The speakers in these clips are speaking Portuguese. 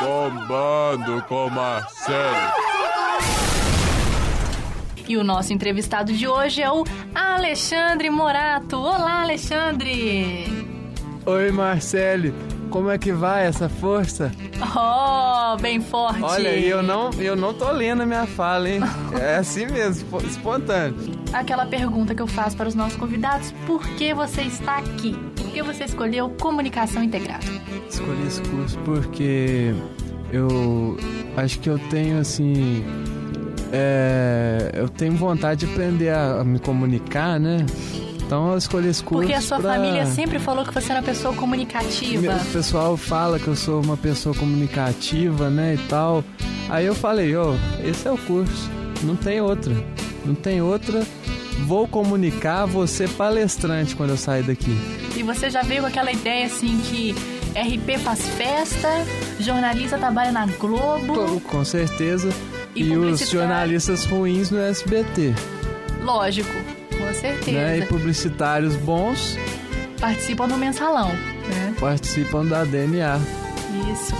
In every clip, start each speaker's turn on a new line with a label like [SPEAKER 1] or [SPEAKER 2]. [SPEAKER 1] Bombando com Marcelo.
[SPEAKER 2] E o nosso entrevistado de hoje é o Alexandre Morato. Olá, Alexandre!
[SPEAKER 3] Oi, Marcele. Como é que vai essa força?
[SPEAKER 2] Oh, bem forte!
[SPEAKER 3] Olha, eu não, eu não tô lendo a minha fala, hein? É assim mesmo, espo- espontâneo.
[SPEAKER 2] Aquela pergunta que eu faço para os nossos convidados: por que você está aqui? Por que você escolheu comunicação integrada?
[SPEAKER 3] Escolhi esse curso porque eu acho que eu tenho assim. é, eu tenho vontade de aprender a, a me comunicar, né? Então eu escolhi esse curso.
[SPEAKER 2] Porque a sua
[SPEAKER 3] pra-
[SPEAKER 2] família é sempre falou que você era uma pessoa comunicativa.
[SPEAKER 3] O pessoal fala que eu sou uma pessoa comunicativa, né, e tal. Aí eu falei, ó, esse é o curso. Não tem outra. Não tem outra. Vou comunicar, vou ser palestrante quando eu sair daqui.
[SPEAKER 2] E você já veio com aquela ideia assim que RP faz festa, jornalista trabalha na Globo.
[SPEAKER 3] Com- Com certeza.
[SPEAKER 2] E
[SPEAKER 3] E, os
[SPEAKER 2] publicitário.
[SPEAKER 3] jornalistas ruins no SBT,
[SPEAKER 2] Lógico, com certeza.
[SPEAKER 3] né? E publicitários bons
[SPEAKER 2] Participam do mensalão, né?
[SPEAKER 3] participam da DNA.
[SPEAKER 2] Isso.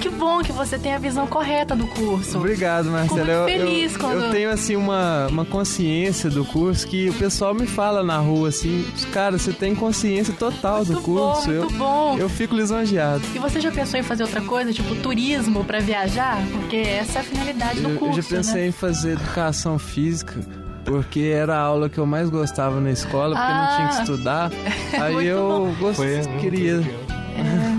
[SPEAKER 2] Que bom que você tem a visão correta do curso.
[SPEAKER 3] Obrigado, Marcelo.
[SPEAKER 2] muito
[SPEAKER 3] Eu-
[SPEAKER 2] feliz
[SPEAKER 3] eu,
[SPEAKER 2] quando-
[SPEAKER 3] eu tenho assim uma, uma consciência do curso que o pessoal me fala na rua assim, cara, você tem consciência total do
[SPEAKER 2] Muito
[SPEAKER 3] curso.
[SPEAKER 2] bom,
[SPEAKER 3] eu,
[SPEAKER 2] muito bom.
[SPEAKER 3] eu fico lisonjeado.
[SPEAKER 2] E você já pensou em fazer outra coisa, tipo turismo pra viajar? Porque essa é a finalidade
[SPEAKER 3] Eu,
[SPEAKER 2] do
[SPEAKER 3] eu
[SPEAKER 2] curso,
[SPEAKER 3] já pensei
[SPEAKER 2] né?
[SPEAKER 3] em fazer educação física. Porque era a aula que eu mais gostava na escola, porque
[SPEAKER 2] Ah.
[SPEAKER 3] não tinha que estudar.
[SPEAKER 2] Muito
[SPEAKER 3] Aí eu gostei, queria. É.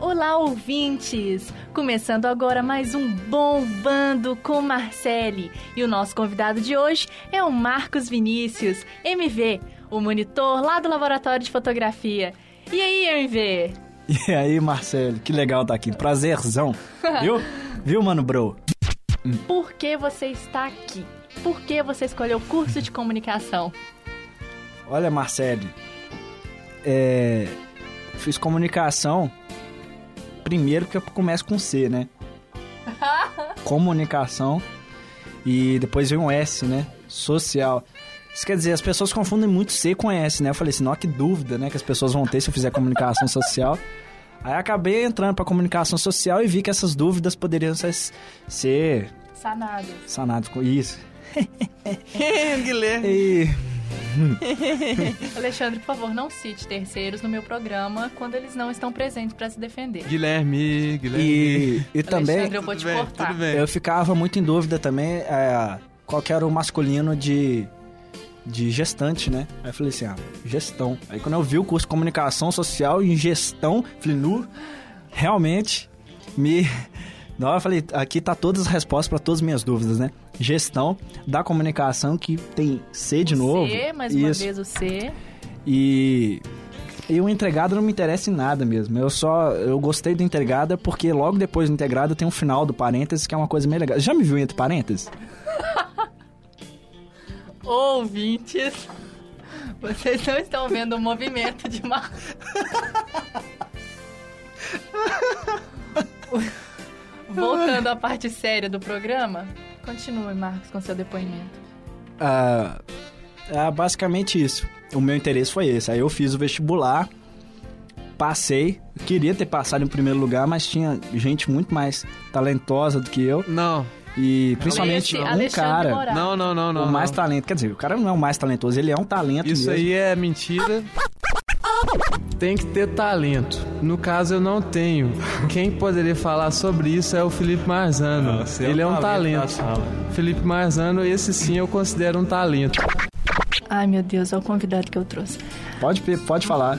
[SPEAKER 2] Olá, ouvintes! Começando agora mais um Bombando com Marcele. E o nosso convidado de hoje é o Marcos Vinícius, MV, o monitor lá do Laboratório de Fotografia. E aí, MV?
[SPEAKER 4] E aí, Marcelo, que legal tá aqui. Prazerzão. Viu? Viu, mano, bro?
[SPEAKER 2] Por que você está aqui? Por que você escolheu o curso de comunicação?
[SPEAKER 4] Olha, Marcelo. É. Fiz comunicação. Primeiro que eu começo com C, né? comunicação. E depois vem um S, né? Social. Isso quer dizer, as pessoas confundem muito C com S, né? Eu falei assim, ó, que dúvida, né? Que as pessoas vão ter se eu fizer comunicação social. Aí acabei entrando pra comunicação social e vi que essas dúvidas poderiam ser- ser
[SPEAKER 2] Sanadas.
[SPEAKER 4] sanados com isso.
[SPEAKER 3] Guilherme.
[SPEAKER 4] E
[SPEAKER 2] Alexandre, por favor, não cite terceiros no meu programa quando eles não estão presentes para se defender.
[SPEAKER 3] Guilherme, Guilherme.
[SPEAKER 4] e, e também
[SPEAKER 2] Alexandre, eu vou
[SPEAKER 3] Tudo
[SPEAKER 2] te
[SPEAKER 3] bem,
[SPEAKER 2] cortar.
[SPEAKER 3] tudo bem.
[SPEAKER 4] eu ficava muito em dúvida também é, qual que era o masculino de de gestante, né? Aí eu falei assim, ah, gestão. Aí quando eu vi o curso de comunicação social e gestão, eu falei, nu, realmente me não, eu falei, aqui tá todas as respostas para todas as minhas dúvidas, né? Gestão da comunicação que tem C de
[SPEAKER 2] O
[SPEAKER 4] novo.
[SPEAKER 2] C, mais uma
[SPEAKER 4] isso.
[SPEAKER 2] vez o C.
[SPEAKER 4] E, e o entregado não me interessa em nada mesmo. Eu só eu gostei do entregada porque logo depois do integrado tem um final do parênteses que é uma coisa meio legal. Já me viu entre parênteses?
[SPEAKER 2] Ouvintes, vocês não estão vendo o movimento de uma. Voltando à parte séria do programa, continue, Marcos, com seu depoimento.
[SPEAKER 4] Ah, ah, basicamente isso. O meu interesse foi esse. Aí eu fiz o vestibular, passei, queria ter passado em primeiro lugar, mas tinha gente muito mais talentosa do que eu
[SPEAKER 3] Não,
[SPEAKER 4] e principalmente
[SPEAKER 2] Esse
[SPEAKER 4] um
[SPEAKER 2] Alexandre
[SPEAKER 4] cara,
[SPEAKER 2] Morato.
[SPEAKER 3] não, não, não, não.
[SPEAKER 4] o mais
[SPEAKER 3] não.
[SPEAKER 4] talento, quer dizer, o cara não é o mais talentoso, ele é um talento
[SPEAKER 3] Isso
[SPEAKER 4] mesmo.
[SPEAKER 3] aí é mentira. Tem que ter talento. No caso, eu não tenho. Quem poderia falar sobre isso é o Felipe Marzano. Ele é um talento. Felipe Marzano, esse sim eu considero um talento.
[SPEAKER 2] Ai, meu Deus, olha o convidado que eu trouxe.
[SPEAKER 4] Pode pode falar.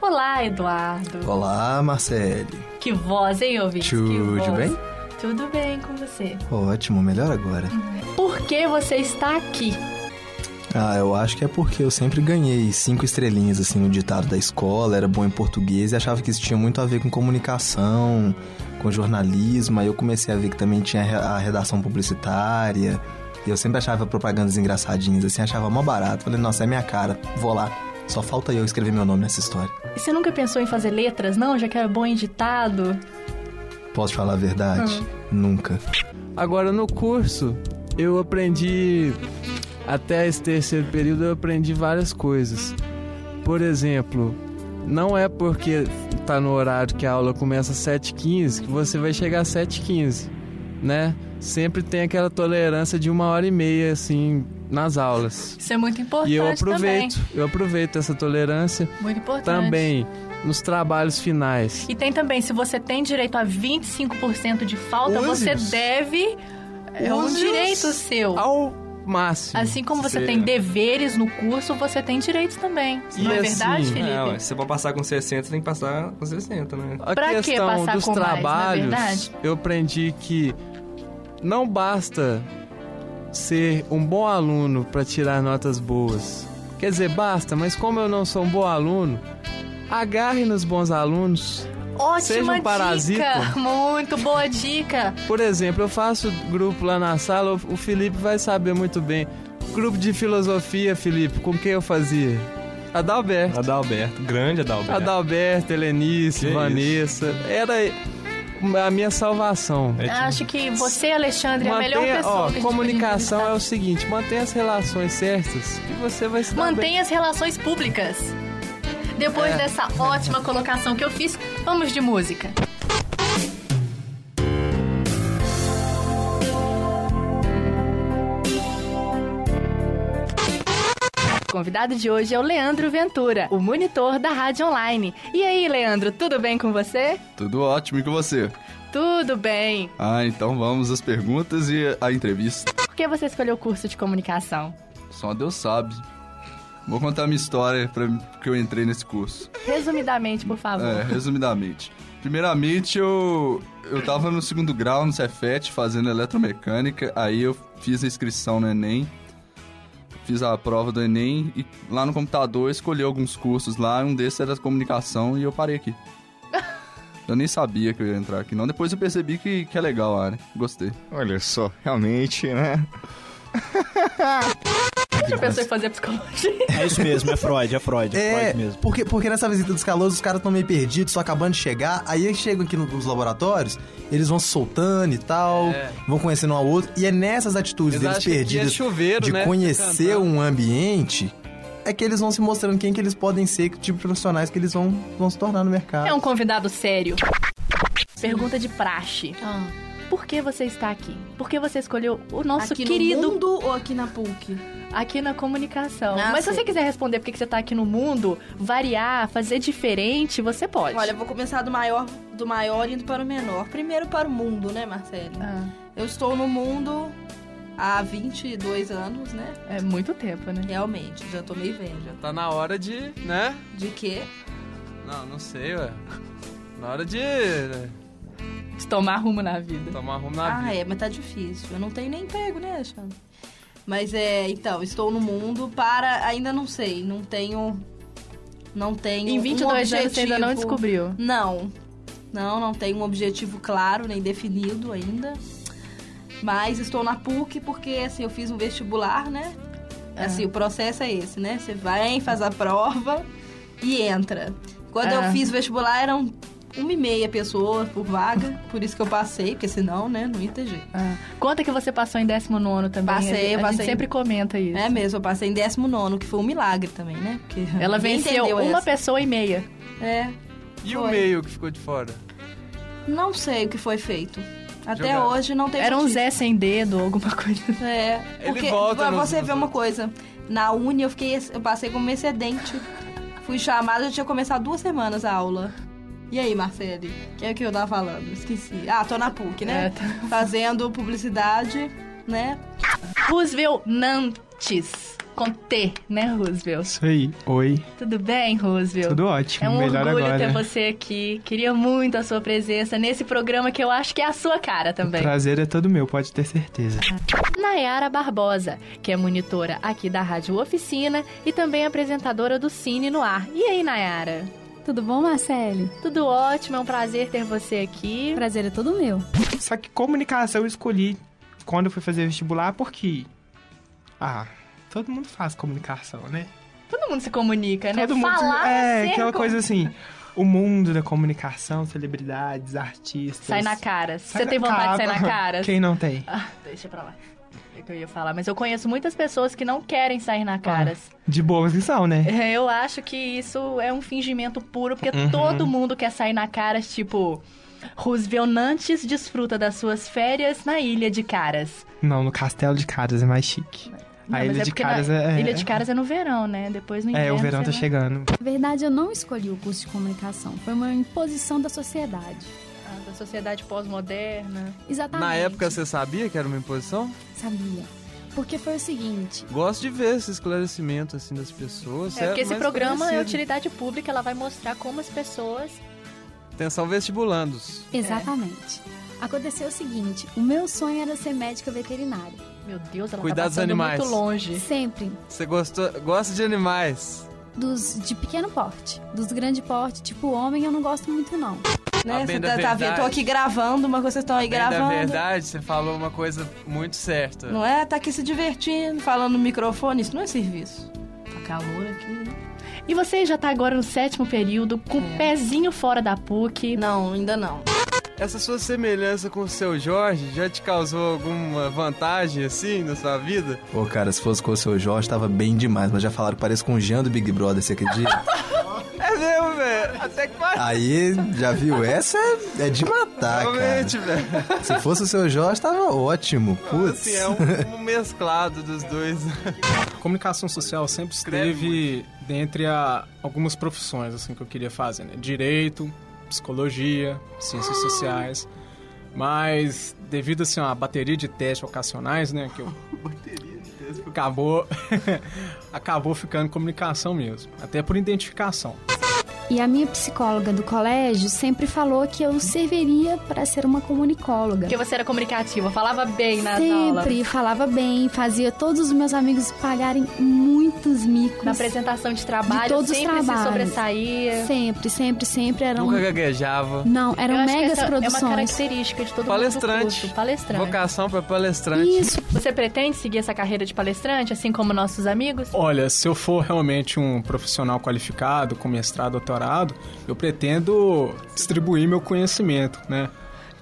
[SPEAKER 2] Olá, Eduardo.
[SPEAKER 5] Olá, Marcele.
[SPEAKER 2] Que voz, hein, ouvinte? Que
[SPEAKER 5] Tudo
[SPEAKER 2] voz.
[SPEAKER 5] bem?
[SPEAKER 2] Tudo bem com você.
[SPEAKER 5] Ótimo, melhor agora.
[SPEAKER 2] Por que você está aqui?
[SPEAKER 5] Ah, eu acho que é porque eu sempre ganhei cinco estrelinhas assim no ditado da escola, era bom em português e achava que isso tinha muito a ver com comunicação, com jornalismo. Aí eu comecei a ver que também tinha re- a redação publicitária. E eu sempre achava propagandas engraçadinhas, assim, achava mó barato. Falei, nossa, é minha cara, vou lá. Só falta eu escrever meu nome nessa história.
[SPEAKER 2] E Você nunca pensou em fazer letras, não? Já que é bom em ditado?
[SPEAKER 5] Posso te falar a verdade? Nunca.
[SPEAKER 3] Agora, no curso, eu aprendi. Até esse terceiro período, eu aprendi várias coisas. Por exemplo, Não é porque tá no horário que a aula começa às 7h15 que você vai chegar às 7h15, né? Sempre tem aquela tolerância de uma hora e meia, assim, nas aulas.
[SPEAKER 2] Isso é muito importante
[SPEAKER 3] E eu aproveito, eu aproveito essa tolerância
[SPEAKER 2] também. Muito importante.
[SPEAKER 3] também nos trabalhos finais.
[SPEAKER 2] E tem também, se você tem direito a 25% de falta,
[SPEAKER 3] Use-os.
[SPEAKER 2] você deve. É um
[SPEAKER 3] Use-os
[SPEAKER 2] direito seu.
[SPEAKER 3] Ao máximo.
[SPEAKER 2] Assim como você
[SPEAKER 6] Sim.
[SPEAKER 2] tem deveres no curso, você tem direitos também.
[SPEAKER 3] E
[SPEAKER 2] Não é
[SPEAKER 3] assim,
[SPEAKER 2] verdade, Felipe?
[SPEAKER 6] É, ué, se você for passar com 60, tem que passar com 60, né?
[SPEAKER 3] A
[SPEAKER 2] Pra que
[SPEAKER 3] questão
[SPEAKER 2] passar
[SPEAKER 3] dos
[SPEAKER 2] com mais, não é
[SPEAKER 3] trabalhos,
[SPEAKER 2] verdade?
[SPEAKER 3] eu aprendi que não basta ser um bom aluno para tirar notas boas. Quer dizer, basta, mas como eu não sou um bom aluno, agarre nos bons alunos.
[SPEAKER 2] Ótima
[SPEAKER 3] Seja um parasita.
[SPEAKER 2] dica! Muito boa dica!
[SPEAKER 3] Por exemplo, eu faço grupo lá na sala, o o Felipe vai saber muito bem. Grupo de filosofia, Felipe, com quem eu fazia? Adalberto.
[SPEAKER 6] Adalberto, grande Adalberto.
[SPEAKER 3] Adalberto, Helenice,
[SPEAKER 6] Que
[SPEAKER 3] Vanessa. Era a minha salvação.
[SPEAKER 6] É tipo-
[SPEAKER 2] Acho que você, Alexandre, é a melhor pessoa.
[SPEAKER 3] ó,
[SPEAKER 2] que a gente
[SPEAKER 3] comunicação
[SPEAKER 2] podia
[SPEAKER 3] é o
[SPEAKER 2] entrevistar.
[SPEAKER 3] seguinte, mantenha as relações certas e você vai se dar bem.
[SPEAKER 2] Mantenha as relações públicas. Depois
[SPEAKER 3] É.
[SPEAKER 2] dessa ótima colocação que eu fiz, vamos de música. O convidado de hoje é o Leandro Ventura, o monitor da Rádio Online. E aí, Leandro, tudo bem com você?
[SPEAKER 7] Tudo ótimo e com você?
[SPEAKER 2] Tudo bem.
[SPEAKER 7] Ah, então vamos às perguntas e à entrevista.
[SPEAKER 2] Por que você escolheu o curso de comunicação?
[SPEAKER 7] Só Deus sabe. Vou contar minha história pra, que eu entrei nesse curso.
[SPEAKER 2] Resumidamente, por favor.
[SPEAKER 7] É, resumidamente. Primeiramente, eu, eu tava no segundo grau, no Cefet, fazendo eletromecânica. Aí eu fiz a inscrição no Enem. Fiz a prova do Enem e lá no computador eu escolhi alguns cursos lá. Um desses era comunicação e eu parei aqui. Eu nem sabia que eu ia entrar aqui, não. Depois eu percebi que, que é legal a área. Gostei.
[SPEAKER 1] Olha só, realmente, né?
[SPEAKER 2] Deixa eu pensar em fazer psicologia.
[SPEAKER 4] É isso mesmo, é Freud, é Freud, é,
[SPEAKER 5] É,
[SPEAKER 4] Freud mesmo.
[SPEAKER 5] porque, porque nessa visita dos calouros os caras estão meio perdidos, só acabando de chegar. Aí eles chegam aqui no- nos laboratórios, eles vão se soltando e tal,
[SPEAKER 3] É.
[SPEAKER 5] vão conhecendo um ao outro. E é nessas atitudes
[SPEAKER 3] Eles
[SPEAKER 5] deles
[SPEAKER 3] acham que aqui é
[SPEAKER 5] perdidas
[SPEAKER 3] chuveiro,
[SPEAKER 5] de
[SPEAKER 3] né?
[SPEAKER 5] conhecer
[SPEAKER 3] Cantando.
[SPEAKER 5] um ambiente, é que eles vão se mostrando quem que eles podem ser, que tipo de profissionais que eles vão, vão se tornar no mercado.
[SPEAKER 2] É um convidado sério. Pergunta de praxe.
[SPEAKER 8] Ah.
[SPEAKER 2] Por que você está aqui? Por que você escolheu o nosso
[SPEAKER 8] aqui
[SPEAKER 2] querido
[SPEAKER 8] no mundo ou aqui na PUC?
[SPEAKER 2] aqui na comunicação?
[SPEAKER 8] Ah,
[SPEAKER 2] Mas se
[SPEAKER 8] sei.
[SPEAKER 2] você quiser responder por que que você está aqui no mundo, variar, fazer diferente, você pode.
[SPEAKER 8] Olha, eu vou começar do maior, do maior indo para o menor. Primeiro para o mundo, né, Marcelo?
[SPEAKER 2] Ah,
[SPEAKER 8] Eu estou no mundo há 22 anos, né?
[SPEAKER 2] é muito tempo, né?
[SPEAKER 8] Realmente, já tô meio velha.
[SPEAKER 3] Tá na hora de, né?
[SPEAKER 8] De quê?
[SPEAKER 3] Não, não sei, ué. Na hora de né?
[SPEAKER 2] De tomar rumo na vida.
[SPEAKER 3] tomar rumo na
[SPEAKER 8] Ah, é, mas tá difícil. Eu não tenho nem emprego, né, Alexandre? Mas é, então, estou no mundo para. Ainda não sei, não tenho. Não tenho.
[SPEAKER 2] Em
[SPEAKER 8] um
[SPEAKER 2] 22 anos você ainda não
[SPEAKER 8] objetivo.
[SPEAKER 2] descobriu.
[SPEAKER 8] Não. Não, não tem um objetivo claro nem definido ainda. Mas estou na PUC porque, assim, eu fiz um vestibular, né?
[SPEAKER 2] Ah.
[SPEAKER 8] Assim, o processo é esse, né? Você vem, faz a prova e entra. Quando
[SPEAKER 2] Ah.
[SPEAKER 8] eu fiz o vestibular, eram uma e meia pessoa por vaga. por isso que eu passei, porque senão, né, não ia ter jeito.
[SPEAKER 2] Ah, Conta que você passou em 19 também.
[SPEAKER 8] Passei,
[SPEAKER 2] a, a
[SPEAKER 8] passei.
[SPEAKER 2] gente sempre comenta isso.
[SPEAKER 8] É mesmo, eu passei em 19, que foi um milagre também, né? Porque
[SPEAKER 2] Ela
[SPEAKER 8] ninguém
[SPEAKER 2] venceu
[SPEAKER 8] entendeu
[SPEAKER 2] uma
[SPEAKER 8] essa.
[SPEAKER 2] pessoa e meia.
[SPEAKER 8] É,
[SPEAKER 3] vida. E o
[SPEAKER 8] foi.
[SPEAKER 3] meio que ficou de fora?
[SPEAKER 8] não sei o que foi feito. Até
[SPEAKER 3] Jogaram.
[SPEAKER 8] hoje não tem
[SPEAKER 2] Era um
[SPEAKER 8] notícia.
[SPEAKER 2] Zé sem dedo ou alguma coisa.
[SPEAKER 8] É,
[SPEAKER 3] Ele
[SPEAKER 8] porque
[SPEAKER 3] volta
[SPEAKER 8] pra
[SPEAKER 3] nos-
[SPEAKER 8] você
[SPEAKER 3] nos
[SPEAKER 8] ver uma coisa. Na Uni eu fiquei, eu passei como excedente. Fui chamada, eu tinha começado duas semanas a aula. E aí, Marcele? Que é o que eu tava falando? Esqueci. Ah, tô na PUC, né?
[SPEAKER 2] É, tá.
[SPEAKER 8] Fazendo publicidade, né?
[SPEAKER 2] Roosevelt Nantes. Com T, né, Roosevelt?
[SPEAKER 9] Isso aí. Oi.
[SPEAKER 2] Tudo bem, Roosevelt?
[SPEAKER 9] Tudo ótimo.
[SPEAKER 2] É um
[SPEAKER 9] Melhor
[SPEAKER 2] orgulho
[SPEAKER 9] agora.
[SPEAKER 2] ter você aqui. Queria muito a sua presença nesse programa que eu acho que é a sua cara também.
[SPEAKER 9] Prazer é todo meu, pode ter certeza.
[SPEAKER 2] Nayara Barbosa, que é monitora aqui da Rádio Oficina e também apresentadora do Cine no Ar. E aí, Nayara?
[SPEAKER 10] Tudo bom, Marcele?
[SPEAKER 2] Tudo ótimo, é um prazer ter você aqui.
[SPEAKER 10] Prazer é todo meu.
[SPEAKER 9] Só que comunicação eu escolhi quando eu fui fazer vestibular porque. Ah, todo mundo faz comunicação, né?
[SPEAKER 2] Todo mundo se comunica, né?
[SPEAKER 9] todo mundo.
[SPEAKER 2] Falar
[SPEAKER 9] é,
[SPEAKER 2] ser
[SPEAKER 9] aquela
[SPEAKER 2] com-
[SPEAKER 9] coisa assim. O mundo da comunicação, celebridades, artistas.
[SPEAKER 2] Sai na cara. Se
[SPEAKER 9] Sai
[SPEAKER 2] Você
[SPEAKER 9] na
[SPEAKER 2] tem vontade de sair
[SPEAKER 9] cara.
[SPEAKER 2] na cara?
[SPEAKER 9] Quem não tem?
[SPEAKER 2] Ah, deixa pra lá. É o que eu ia falar, mas eu conheço muitas pessoas que não querem sair na caras.
[SPEAKER 9] De boas que são, né?
[SPEAKER 2] É, Eu acho que isso é um fingimento puro, porque
[SPEAKER 9] Uhum.
[SPEAKER 2] todo mundo quer sair na caras, tipo. Roosevelt Nantes desfruta das suas férias na Ilha de Caras.
[SPEAKER 9] Não, no Castelo de Caras é mais chique.
[SPEAKER 2] É.
[SPEAKER 9] a
[SPEAKER 2] Não, mas
[SPEAKER 9] Ilha de
[SPEAKER 2] porque na-
[SPEAKER 9] Caras é...
[SPEAKER 2] Ilha de Caras é no verão, né? Depois no inverno. né?
[SPEAKER 9] É, o verão tá
[SPEAKER 2] sei lá.
[SPEAKER 9] chegando.
[SPEAKER 10] Na verdade, eu não escolhi o curso de comunicação. Foi uma imposição da sociedade.
[SPEAKER 2] Ah, Da sociedade pós-moderna.
[SPEAKER 10] Exatamente.
[SPEAKER 6] Na época você sabia que era uma imposição?
[SPEAKER 10] Sabia. Porque foi o seguinte.
[SPEAKER 6] Gosto de ver esse esclarecimento assim das pessoas.
[SPEAKER 2] É, porque esse
[SPEAKER 6] mais
[SPEAKER 2] programa é
[SPEAKER 6] esclarecido.
[SPEAKER 2] utilidade pública, ela vai mostrar como as pessoas.
[SPEAKER 6] Atenção vestibulandos.
[SPEAKER 10] Exatamente. Aconteceu o seguinte: o meu sonho era ser médica veterinária.
[SPEAKER 2] Meu Deus, ela
[SPEAKER 6] Cuidar
[SPEAKER 2] tá
[SPEAKER 6] dos
[SPEAKER 2] passando
[SPEAKER 6] animais.
[SPEAKER 2] muito longe.
[SPEAKER 10] Sempre.
[SPEAKER 6] Você gostou, gosta de animais?
[SPEAKER 10] Dos de pequeno porte. Dos grande porte, tipo homem, eu não gosto muito, não.
[SPEAKER 8] Né?
[SPEAKER 6] bem
[SPEAKER 8] Você
[SPEAKER 6] da
[SPEAKER 8] tá, tá vendo?
[SPEAKER 6] verdade.
[SPEAKER 8] Tô aqui gravando, mas vocês estão aí
[SPEAKER 6] Bem, Na
[SPEAKER 8] gravando.
[SPEAKER 6] verdade, você falou uma coisa muito certa.
[SPEAKER 8] Não é? Tá aqui se divertindo, falando no microfone. Isso não é serviço.
[SPEAKER 2] Tá calor aqui. né? E você já tá agora no sétimo período, com o pezinho fora da PUC.
[SPEAKER 8] Não, ainda não.
[SPEAKER 6] Essa sua semelhança com o seu Jorge já te causou alguma vantagem assim na sua vida?
[SPEAKER 5] Pô, cara, se fosse com o seu Jorge, tava bem demais, mas já falaram que pareço com o Jean do Big Brother, você acredita?
[SPEAKER 6] É mesmo, velho. Até que parece.
[SPEAKER 5] Aí, já viu? Essa é- é de matar, cara.
[SPEAKER 6] Realmente, velho.
[SPEAKER 5] Se fosse o seu Jorge, tava ótimo. Putz.
[SPEAKER 6] Assim, é um, um mesclado dos dois.
[SPEAKER 11] Comunicação social sempre esteve dentre a- algumas profissões assim que eu queria fazer, né? Direito, psicologia,
[SPEAKER 6] Ah.
[SPEAKER 11] ciências sociais. Mas devido assim a uma bateria de testes ocasionais, né, que eu acabou acabou ficando comunicação mesmo, até por identificação.
[SPEAKER 10] E a minha psicóloga do colégio sempre falou que eu serviria para ser uma comunicóloga.
[SPEAKER 2] Porque você era comunicativa, falava bem nas aulas.
[SPEAKER 10] Sempre falava bem, fazia todos os meus amigos pagarem muitos micos.
[SPEAKER 2] Na apresentação de trabalho,
[SPEAKER 10] de todos
[SPEAKER 2] sempre
[SPEAKER 10] os
[SPEAKER 2] se
[SPEAKER 10] trabalhos.
[SPEAKER 2] sobressaía.
[SPEAKER 10] Sempre, sempre, sempre eram.
[SPEAKER 6] Nunca gaguejava.
[SPEAKER 10] Não,
[SPEAKER 2] Eu
[SPEAKER 10] eram
[SPEAKER 2] acho que
[SPEAKER 10] megas
[SPEAKER 2] essa
[SPEAKER 10] produções.
[SPEAKER 2] É uma característica de todo mundo. do
[SPEAKER 6] Palestrante.
[SPEAKER 2] curso. Palestrante.
[SPEAKER 6] Vocação pra palestrante.
[SPEAKER 10] Isso.
[SPEAKER 2] Você pretende seguir essa carreira de palestrante, assim como nossos amigos?
[SPEAKER 11] Olha, se eu for realmente um profissional qualificado, com mestrado, doutorado, eu pretendo distribuir meu conhecimento, né?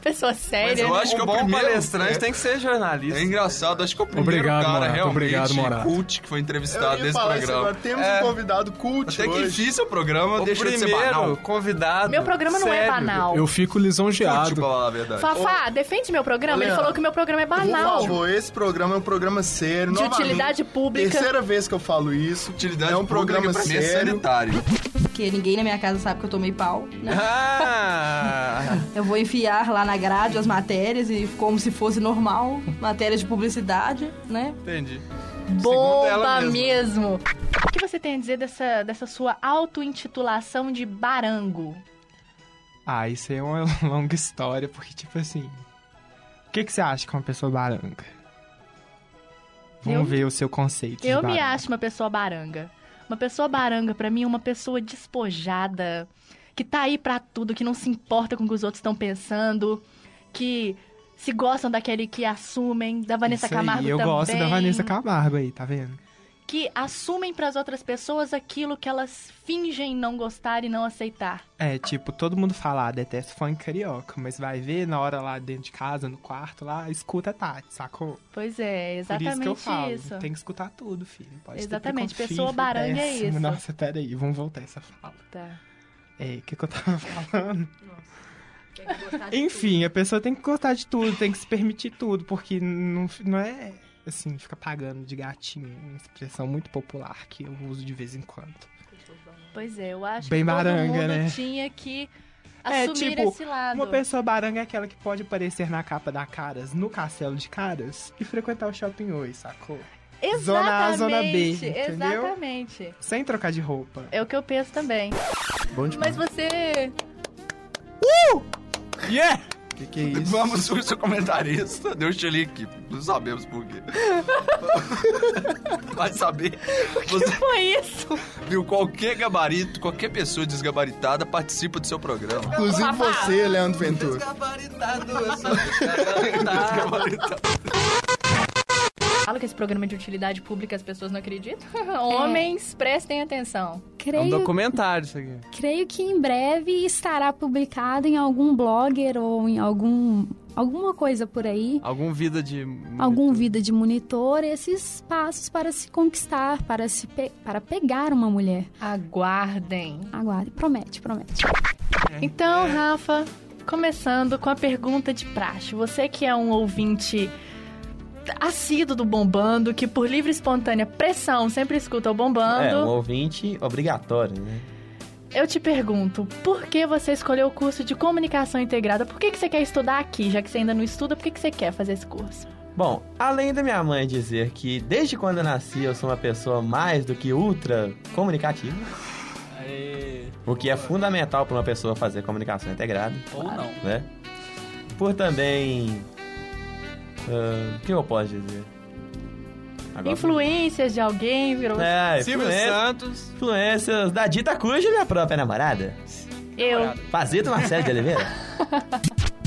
[SPEAKER 2] Pessoa
[SPEAKER 6] Mas
[SPEAKER 2] séria.
[SPEAKER 6] eu acho que é o
[SPEAKER 7] bom
[SPEAKER 6] primeiro
[SPEAKER 7] palestrante
[SPEAKER 6] palestrante tem que ser jornalista.
[SPEAKER 7] É engraçado, acho que é o primeiro
[SPEAKER 11] Obrigado,
[SPEAKER 7] cara
[SPEAKER 11] Morato,
[SPEAKER 7] realmente
[SPEAKER 11] obrigado, Morato.
[SPEAKER 7] cult que foi entrevistado
[SPEAKER 1] Eu ia
[SPEAKER 7] nesse
[SPEAKER 1] falar isso
[SPEAKER 7] programa. É,
[SPEAKER 1] agora. Temos um convidado cult
[SPEAKER 7] Até que
[SPEAKER 1] hoje.
[SPEAKER 7] fiz o programa,
[SPEAKER 6] O
[SPEAKER 7] deixa de ser
[SPEAKER 6] primeiro
[SPEAKER 7] banal.
[SPEAKER 6] convidado.
[SPEAKER 2] Meu programa não é
[SPEAKER 6] sério.
[SPEAKER 2] banal.
[SPEAKER 11] Eu fico lisonjeado.
[SPEAKER 7] Tipo, falar a verdade.
[SPEAKER 2] Fafá, defende meu programa. Ele
[SPEAKER 1] Leandro.
[SPEAKER 2] falou que meu programa é banal.
[SPEAKER 1] Por favor, esse programa é um programa sério.
[SPEAKER 2] De
[SPEAKER 1] novamente.
[SPEAKER 2] utilidade pública.
[SPEAKER 1] Terceira vez que eu falo isso.
[SPEAKER 7] Utilidade
[SPEAKER 1] é um programa
[SPEAKER 7] pública pra mim é
[SPEAKER 1] sério.
[SPEAKER 7] sanitário.
[SPEAKER 8] Porque ninguém na minha casa sabe que eu tomei pau, né?
[SPEAKER 6] Ah!
[SPEAKER 8] Eu vou enfiar lá na grade as matérias e como se fosse normal. Matérias de publicidade, né?
[SPEAKER 6] Entendi. Segundo
[SPEAKER 2] Bomba
[SPEAKER 6] ela
[SPEAKER 3] É
[SPEAKER 2] mesmo. O que você tem a dizer dessa, dessa sua auto-intitulação de barango?
[SPEAKER 9] Ah, isso aí é uma longa história, porque, tipo assim... O que, que você acha que é uma pessoa baranga? Vamos
[SPEAKER 2] Eu-
[SPEAKER 9] ver o seu conceito de
[SPEAKER 2] Eu me
[SPEAKER 9] baranga.
[SPEAKER 2] acho uma pessoa baranga. Uma pessoa baranga, pra mim, é uma pessoa despojada, que tá aí pra tudo, que não se importa com o que os outros estão pensando, que se gostam daquele que assumem, da Vanessa
[SPEAKER 9] Isso aí,
[SPEAKER 2] Camargo
[SPEAKER 9] eu
[SPEAKER 2] também.
[SPEAKER 9] gosto da Vanessa Camargo aí, tá vendo?
[SPEAKER 2] Que assumem pras outras pessoas aquilo que elas fingem não gostar e não aceitar.
[SPEAKER 9] É, tipo, todo mundo fala, ah, detesto funk carioca, mas vai ver na hora lá dentro de casa, no quarto lá, escuta a Tati, sacou?
[SPEAKER 2] Pois é,
[SPEAKER 9] Por isso
[SPEAKER 2] exatamente
[SPEAKER 9] que eu falo,
[SPEAKER 2] isso.
[SPEAKER 9] tem que escutar tudo, filho. Pode ter
[SPEAKER 2] Exatamente,
[SPEAKER 9] preconceito,
[SPEAKER 2] pessoa baranga é
[SPEAKER 9] péssimo.
[SPEAKER 2] isso.
[SPEAKER 9] Nossa, peraí, vamos voltar essa fala.
[SPEAKER 2] Tá.
[SPEAKER 9] É, o que, que eu tava falando?
[SPEAKER 2] Tem que gostar de
[SPEAKER 9] Enfim, a pessoa tem que gostar de tudo, tem que se permitir tudo, porque não, não é, assim, fica pagando de gatinho, uma expressão muito popular que eu uso de vez em quando.
[SPEAKER 2] Pois é, eu acho
[SPEAKER 9] Bem
[SPEAKER 2] que todo
[SPEAKER 9] baranga,
[SPEAKER 2] mundo
[SPEAKER 9] né?
[SPEAKER 2] tinha que
[SPEAKER 9] É,
[SPEAKER 2] assumir
[SPEAKER 9] tipo,
[SPEAKER 2] esse lado.
[SPEAKER 9] Uma pessoa baranga é aquela que pode aparecer na capa da Caras, no castelo de Caras, e frequentar o shopping hoje, sacou? Zona A, Zona B,
[SPEAKER 2] Exatamente,
[SPEAKER 9] entendeu?
[SPEAKER 2] Exatamente.
[SPEAKER 9] Sem trocar de roupa.
[SPEAKER 2] É o que eu penso também.
[SPEAKER 5] Bom demais.
[SPEAKER 2] Mas você.
[SPEAKER 9] Uh!
[SPEAKER 6] Yeah!
[SPEAKER 5] Que que é isso?
[SPEAKER 7] Vamos o seu comentarista. Deixa ele aqui. Não sabemos por quê. Vai saber. Você
[SPEAKER 2] Foi isso!
[SPEAKER 7] viu qualquer gabarito, qualquer pessoa desgabaritada participa do seu programa.
[SPEAKER 1] Inclusive você, Leandro Ventura.
[SPEAKER 6] Gabaritado, eu sou
[SPEAKER 2] Fala que esse programa é de utilidade pública as pessoas não acreditam. Homens, prestem atenção.
[SPEAKER 10] É. Creio,
[SPEAKER 6] É um documentário isso aqui.
[SPEAKER 10] creio que em breve estará publicado em algum blogger ou em algum alguma coisa por aí.
[SPEAKER 6] Algum vida de.
[SPEAKER 10] algum vida de monitor, esses passos para se conquistar, para se pe- para pegar uma mulher.
[SPEAKER 2] Aguardem.
[SPEAKER 10] Aguardem, É, promete, promete.
[SPEAKER 2] Então, Rafa, começando com a pergunta de praxe. Você que é um ouvinte assíduo do Bombando, que por livre e espontânea pressão sempre escuta o
[SPEAKER 12] É, um
[SPEAKER 2] Bombando,
[SPEAKER 12] ouvinte obrigatório, né?
[SPEAKER 2] eu te pergunto, por que você escolheu o curso de comunicação integrada? Por que, que você quer estudar aqui? Já que você ainda não estuda, por que, que você quer fazer esse curso?
[SPEAKER 12] Bom, além da minha mãe dizer que desde quando eu nasci eu sou uma pessoa mais do que ultra comunicativa, o que é fundamental para uma pessoa fazer comunicação integrada.
[SPEAKER 13] Ou não.
[SPEAKER 12] Né? Por também. ah, O que eu posso dizer? Agora-
[SPEAKER 2] Influências de alguém virou.
[SPEAKER 12] É, influência- Influências da dita cuja minha própria namorada.
[SPEAKER 2] Eu.
[SPEAKER 12] Fazia do Marcelo de Oliveira.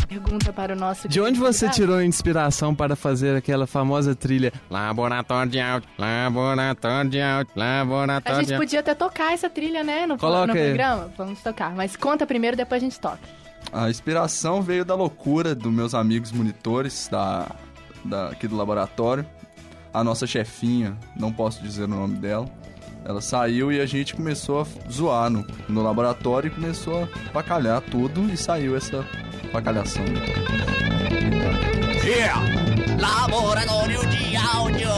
[SPEAKER 2] Pergunta para o nosso.
[SPEAKER 3] De onde
[SPEAKER 2] querido
[SPEAKER 3] você
[SPEAKER 2] convidado.
[SPEAKER 3] tirou a inspiração para fazer aquela famosa trilha Laboratório de Áudio, Laboratório de Áudio,
[SPEAKER 2] A
[SPEAKER 3] Laboratório de
[SPEAKER 2] gente
[SPEAKER 3] Áudio?
[SPEAKER 2] podia até tocar essa trilha, né? No,
[SPEAKER 3] Coloca
[SPEAKER 2] no
[SPEAKER 3] aí.
[SPEAKER 2] programa. Vamos tocar. Mas conta primeiro, depois a gente toca.
[SPEAKER 7] A inspiração veio da loucura dos meus amigos monitores da, da- aqui do laboratório. A nossa chefinha, não posso dizer o nome dela, ela saiu e a gente começou a zoar no, no laboratório e começou a bacalhar tudo e saiu essa bacalhação.
[SPEAKER 13] Yeah! Laboratório de áudio!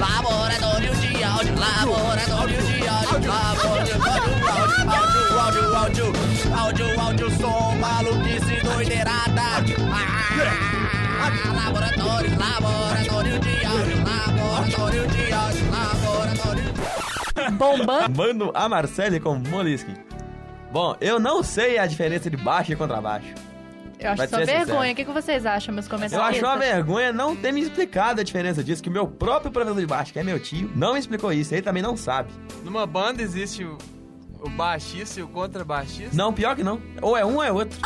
[SPEAKER 13] laboratório de áudio, laboratório de áudio, laboratório áudio, áudio, áudio, áudio, áudio, áudio, som, maluquice doideirada. Ah, laboratório, laboratório de áudio, laboratório de áudio, laboratório
[SPEAKER 2] Bomba.
[SPEAKER 12] Mano a Marcele com Moliskin. Bom, eu não sei a diferença de baixo e contrabaixo.
[SPEAKER 2] Eu acho
[SPEAKER 12] Vai
[SPEAKER 2] só
[SPEAKER 12] ser
[SPEAKER 2] vergonha.
[SPEAKER 12] sincero.
[SPEAKER 2] O que que vocês acham, meus
[SPEAKER 12] Eu
[SPEAKER 2] comentários?
[SPEAKER 12] acho uma vergonha não ter me explicado a diferença disso, que meu próprio professor de baixo, que é meu tio, não me explicou isso, ele também não sabe.
[SPEAKER 6] Numa banda existe o, o baixista e o contrabaixista?
[SPEAKER 12] Não, pior que não. Ou é um ou é outro.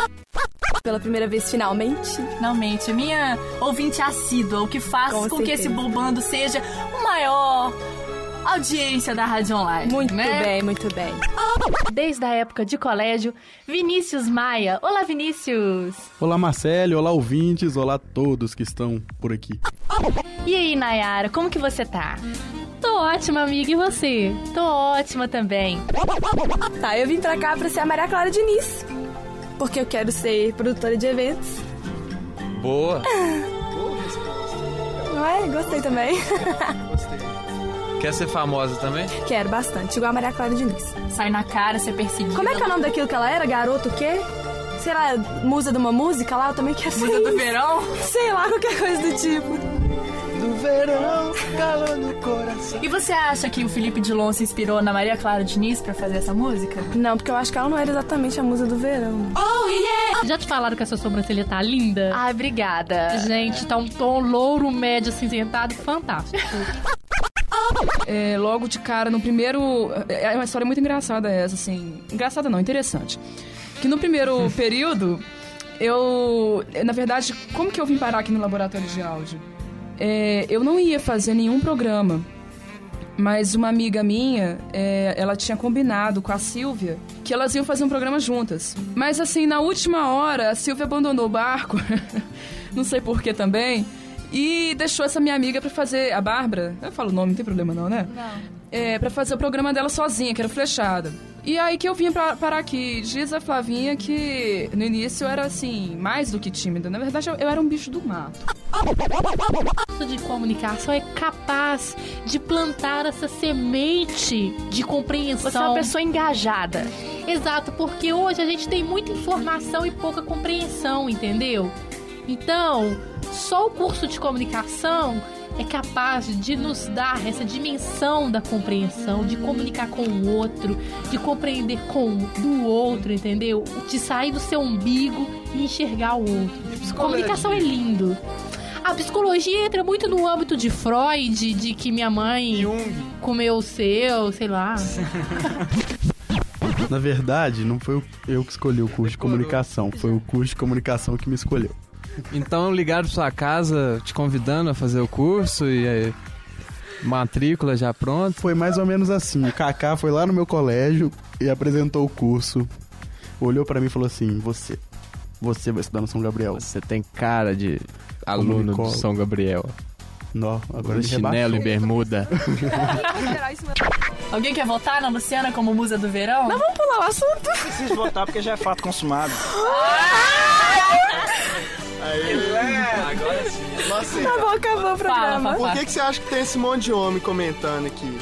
[SPEAKER 14] Pela primeira vez, finalmente.
[SPEAKER 2] Finalmente. Minha ouvinte assídua, o que faz
[SPEAKER 14] Com
[SPEAKER 2] com, que
[SPEAKER 14] certeza.
[SPEAKER 2] esse bombando seja o maior audiência da rádio online. né? Muito
[SPEAKER 14] bem, muito bem.
[SPEAKER 2] Desde a época de colégio, Vinícius Maia. Olá, Vinícius.
[SPEAKER 15] Olá, Marcelo. Olá, ouvintes. Olá, a todos que estão por aqui.
[SPEAKER 2] E aí, Nayara, como que você tá? Tô ótima, amiga, e você? Tô ótima também.
[SPEAKER 14] Tá, eu vim pra cá pra ser a Maria Clara Diniz. Porque eu quero ser produtora de eventos.
[SPEAKER 6] Boa.
[SPEAKER 14] Não é? Gostei também.
[SPEAKER 6] Quer ser famosa também?
[SPEAKER 14] quero bastante, igual a Maria Clara Diniz.
[SPEAKER 2] Sai na cara, ser perseguida.
[SPEAKER 14] Como é que é o nome daquilo que ela era? Garoto o quê? Sei lá, musa de uma música lá? Eu também quero ser Musa do verão? Sei lá, qualquer coisa do tipo.
[SPEAKER 2] Do verão, calor no coração. E você acha que o Felipe Dilon se inspirou na Maria Clara Diniz pra fazer essa música?
[SPEAKER 14] Não, porque eu acho que ela não era exatamente a musa do verão.
[SPEAKER 2] Oh, yeah! Já te falaram que a sua sobrancelha tá linda? Ai, obrigada.
[SPEAKER 16] Gente, tá um tom louro médio acinzentado fantástico. É, logo de cara, no primeiro. É é uma história muito engraçada essa, assim. Engraçada não, interessante. Que no primeiro período, eu. Na verdade, como que eu vim parar aqui no laboratório de áudio? É, eu não ia fazer nenhum programa. Mas uma amiga minha, é, ela tinha combinado com a Silvia que elas iam fazer um programa juntas. Mas assim, na última hora, a Silvia abandonou o barco, não sei por que também, e deixou essa minha amiga pra fazer, a Bárbara, eu falo o nome, não tem problema não, né? É, pra fazer o programa dela sozinha, que era flechada. E aí que eu vim pra, parar aqui. Diz a Flavinha que no início eu era assim, mais do que tímida. Na verdade, eu, eu era um bicho do mato. curso de comunicação é capaz de plantar essa semente de compreensão.
[SPEAKER 2] Você é uma pessoa engajada.
[SPEAKER 16] Exato, porque hoje a gente tem muita informação e pouca compreensão, entendeu? Então, só o curso de comunicação é capaz de nos dar essa dimensão da compreensão, de comunicar com o outro, de compreender com do outro, entendeu? De sair do seu umbigo e enxergar o outro. Comunicação é lindo. A psicologia entra muito no âmbito de Freud, de que minha mãe comeu o seu, sei lá.
[SPEAKER 15] Na verdade, não foi eu que escolhi o curso de comunicação, foi o curso de comunicação que me escolheu.
[SPEAKER 3] Então ligaram pra sua casa te convidando a fazer o curso e aí, matrícula já pronta.
[SPEAKER 15] Foi mais ou menos assim. O Kaká foi lá no meu colégio e apresentou o curso. Olhou pra mim e falou assim: "Você, você vai estudar no São Gabriel. Você
[SPEAKER 3] tem cara de aluno do São Gabriel.
[SPEAKER 15] Nó, agora
[SPEAKER 3] Usa
[SPEAKER 15] ele
[SPEAKER 3] chinelo e
[SPEAKER 15] rebaixou.
[SPEAKER 3] bermuda.
[SPEAKER 2] Alguém quer votar na Luciana como musa do verão? Não, vamos pular o assunto.
[SPEAKER 4] Preciso votar porque já é fato consumado.
[SPEAKER 1] Agora sim.
[SPEAKER 2] Tá bom, acabou o programa.
[SPEAKER 1] Por que, que você acha que tem esse monte de homem comentando aqui?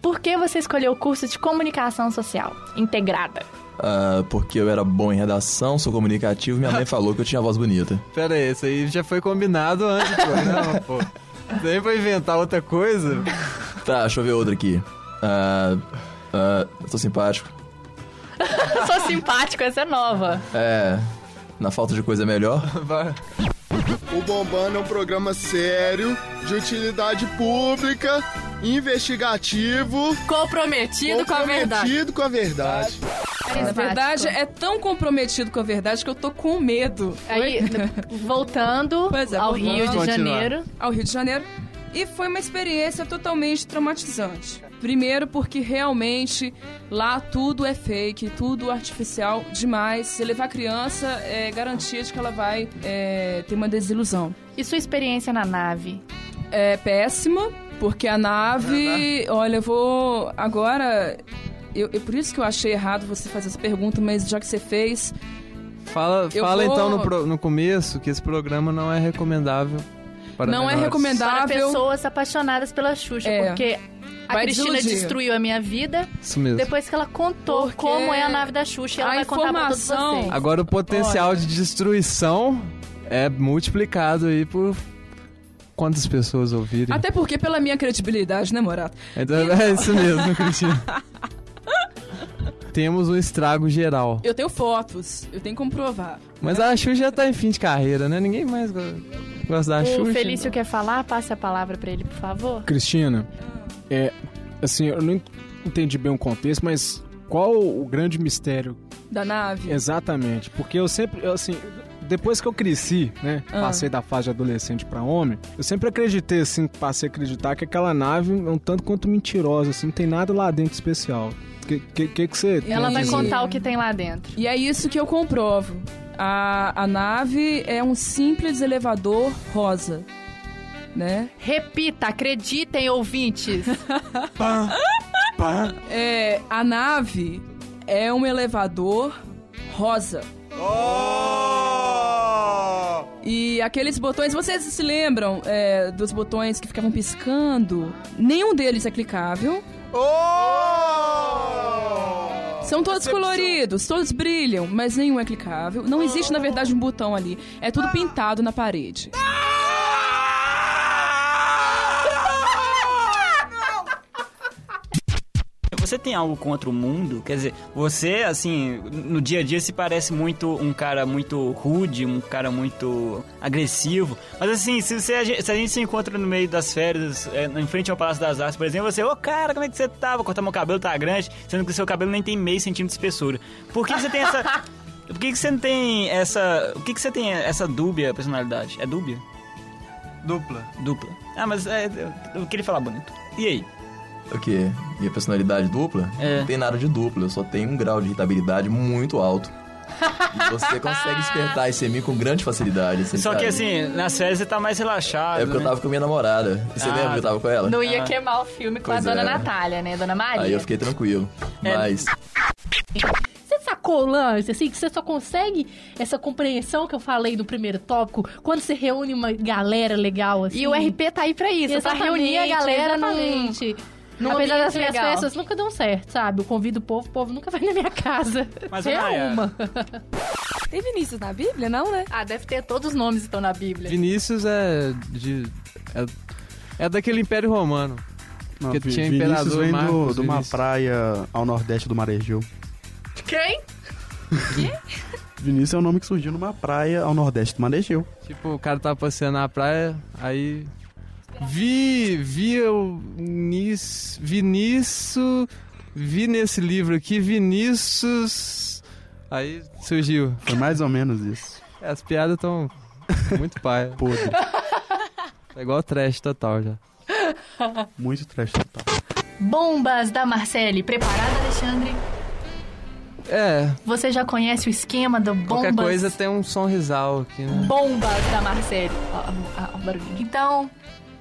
[SPEAKER 2] Por que você escolheu o curso de comunicação social integrada?
[SPEAKER 5] Ah, porque eu era bom em redação, sou comunicativo, minha mãe falou que eu tinha voz bonita.
[SPEAKER 3] Pera aí, isso aí já foi combinado antes do programa, pô. Isso aí foi inventar outra coisa.
[SPEAKER 5] Tá, deixa eu ver outra aqui. Ah, ah, eu sou simpático.
[SPEAKER 2] Sou simpático, essa é nova.
[SPEAKER 5] É. Na falta de coisa melhor.
[SPEAKER 1] O Bombando é um programa sério, de utilidade pública, investigativo.
[SPEAKER 16] Comprometido com a verdade.
[SPEAKER 1] Comprometido com a verdade.
[SPEAKER 16] Na verdade, é tão comprometido com a verdade que eu tô com medo. é,
[SPEAKER 2] Aí, voltando ao Rio de Janeiro.
[SPEAKER 16] Ao Rio de Janeiro. E foi uma experiência totalmente traumatizante. Primeiro porque realmente lá tudo é fake, tudo artificial demais. Se levar criança, é garantia de que ela vai é, ter uma desilusão.
[SPEAKER 2] E sua experiência na nave?
[SPEAKER 16] É péssima, porque a nave... Olha, eu vou... Agora... Eu, eu- por isso que eu achei errado você fazer essa pergunta, mas já que você fez...
[SPEAKER 3] Fala,
[SPEAKER 16] Eu
[SPEAKER 3] fala
[SPEAKER 16] vou-
[SPEAKER 3] então no, pro- no começo que esse programa não é recomendável. Para
[SPEAKER 16] Não é
[SPEAKER 3] menores.
[SPEAKER 2] Para pessoas apaixonadas pela Xuxa,
[SPEAKER 16] É.
[SPEAKER 2] porque a
[SPEAKER 16] Vai
[SPEAKER 2] Cristina
[SPEAKER 16] desiludir.
[SPEAKER 2] destruiu a minha vida
[SPEAKER 3] Isso mesmo.
[SPEAKER 2] depois que ela contou como é a nave da Xuxa e ela
[SPEAKER 16] a
[SPEAKER 2] vai contar pra todos
[SPEAKER 16] informação-
[SPEAKER 2] vocês.
[SPEAKER 3] Agora o potencial de destruição é multiplicado aí por quantas pessoas ouvirem.
[SPEAKER 16] Até porque pela minha credibilidade, né, Morato?
[SPEAKER 3] Então, é isso mesmo, Cristina. Temos um estrago geral.
[SPEAKER 16] Eu tenho fotos, eu tenho que comprovar.
[SPEAKER 3] Mas a Xuxa já tá em fim de carreira, né? Ninguém mais go- gosta da
[SPEAKER 2] o
[SPEAKER 3] Xuxa. então?
[SPEAKER 2] Felício quer falar? Passe a palavra pra ele, por favor.
[SPEAKER 15] Cristina, é, assim, eu não entendi bem o contexto, mas qual o grande mistério?
[SPEAKER 16] Da nave.
[SPEAKER 15] Exatamente, porque eu sempre, eu, assim, depois que eu cresci, né,
[SPEAKER 16] Ah.
[SPEAKER 15] passei da fase de adolescente pra homem, eu sempre acreditei, assim, passei a acreditar que aquela nave é um tanto quanto mentirosa, assim, não tem nada lá dentro especial. O que, que, que, que você... tem
[SPEAKER 2] Ela
[SPEAKER 15] a
[SPEAKER 2] vai
[SPEAKER 15] dizer?
[SPEAKER 2] contar o que tem lá dentro.
[SPEAKER 16] E é isso que eu comprovo. A, a nave é um simples elevador rosa, né?
[SPEAKER 2] Repita, acreditem, ouvintes.
[SPEAKER 16] É, a nave é um elevador rosa. E aqueles botões, vocês se lembram é, dos botões que ficavam piscando? Nenhum deles é clicável. São todos coloridos, todos brilham, mas nenhum é clicável. Não existe, na verdade, um botão ali. É tudo pintado na parede.
[SPEAKER 17] Você tem algo contra o mundo? Quer dizer, você, assim, no dia a dia se parece muito um cara muito rude, um cara muito agressivo. Mas, assim, se, você- se a gente se encontra no meio das férias, é, em frente ao Palácio das Artes, por exemplo, você, ô cara, como é que você tá? Vou cortar meu cabelo, tá grande, sendo que o seu cabelo nem tem meio centímetro de espessura. Por que que você tem essa. Por que, que você não tem essa. Por que, que você tem essa dúbia personalidade? É dúbia?
[SPEAKER 6] Dupla.
[SPEAKER 17] Dupla. Ah, mas é, eu, eu queria falar bonito. E aí?
[SPEAKER 5] O quê? Minha personalidade dupla?
[SPEAKER 17] É.
[SPEAKER 5] Não tem nada de dupla, eu só tenho um grau de irritabilidade muito alto. E você consegue despertar esse em mim com grande facilidade. assim,
[SPEAKER 17] Só que
[SPEAKER 5] sabe?
[SPEAKER 17] assim, nas férias você tá mais relaxado.
[SPEAKER 5] É porque eu
[SPEAKER 17] né?
[SPEAKER 5] tava com minha namorada. E você
[SPEAKER 17] Ah,
[SPEAKER 5] lembra que eu tava com ela?
[SPEAKER 2] Não
[SPEAKER 18] Ah.
[SPEAKER 2] ia queimar o filme com
[SPEAKER 5] Pois
[SPEAKER 2] a dona
[SPEAKER 5] é.
[SPEAKER 2] Natália, né, dona Maria?
[SPEAKER 5] Aí eu fiquei tranquilo.
[SPEAKER 17] É.
[SPEAKER 5] Mas.
[SPEAKER 18] Você sacou o lance, assim, que você só consegue essa compreensão que eu falei no primeiro tópico quando você reúne uma galera legal, assim.
[SPEAKER 2] E o RP tá aí pra isso, pra
[SPEAKER 18] Exatamente,
[SPEAKER 2] reunir a galera num-
[SPEAKER 18] exatamente.
[SPEAKER 2] num
[SPEAKER 18] Apesar das
[SPEAKER 2] ambiente
[SPEAKER 18] minhas
[SPEAKER 2] legal.
[SPEAKER 18] festas nunca dão certo, sabe? Eu convido o povo, o povo nunca vai na minha casa.
[SPEAKER 17] Mas,
[SPEAKER 18] Você é
[SPEAKER 17] Maia,
[SPEAKER 18] uma.
[SPEAKER 2] Tem Vinícius na Bíblia, não, né? Ah, deve ter. Todos os nomes estão na Bíblia.
[SPEAKER 3] Vinícius é de. É, é daquele Império Romano.
[SPEAKER 15] Não,
[SPEAKER 3] Porque
[SPEAKER 15] Ah, Vi-
[SPEAKER 3] tinha
[SPEAKER 15] Vinícius
[SPEAKER 3] imperador
[SPEAKER 15] vem do,
[SPEAKER 3] Marcos
[SPEAKER 15] de uma
[SPEAKER 3] Vinícius.
[SPEAKER 15] praia ao nordeste do Marejil.
[SPEAKER 2] Quem?
[SPEAKER 15] Vinícius é o nome que surgiu numa praia ao nordeste do Marejil.
[SPEAKER 3] Tipo, o cara tava passeando na praia, aí. Vi. Vi o. Nis, Vinícius. Vi nesse livro aqui, Vinícius. Aí surgiu.
[SPEAKER 15] Foi mais ou menos isso.
[SPEAKER 3] As piadas estão
[SPEAKER 6] Muito pai.
[SPEAKER 5] Podre.
[SPEAKER 3] É
[SPEAKER 6] Tá igual trash total já.
[SPEAKER 5] Muito trash total.
[SPEAKER 2] Bombas da Marcele. Preparado, Alexandre?
[SPEAKER 6] É,
[SPEAKER 2] Você já conhece o esquema do bombas?
[SPEAKER 6] qualquer coisa tem um sonrisal aqui, né?
[SPEAKER 2] Bombas da Marcele. Ó, ó, ó, o barulhinho. Então,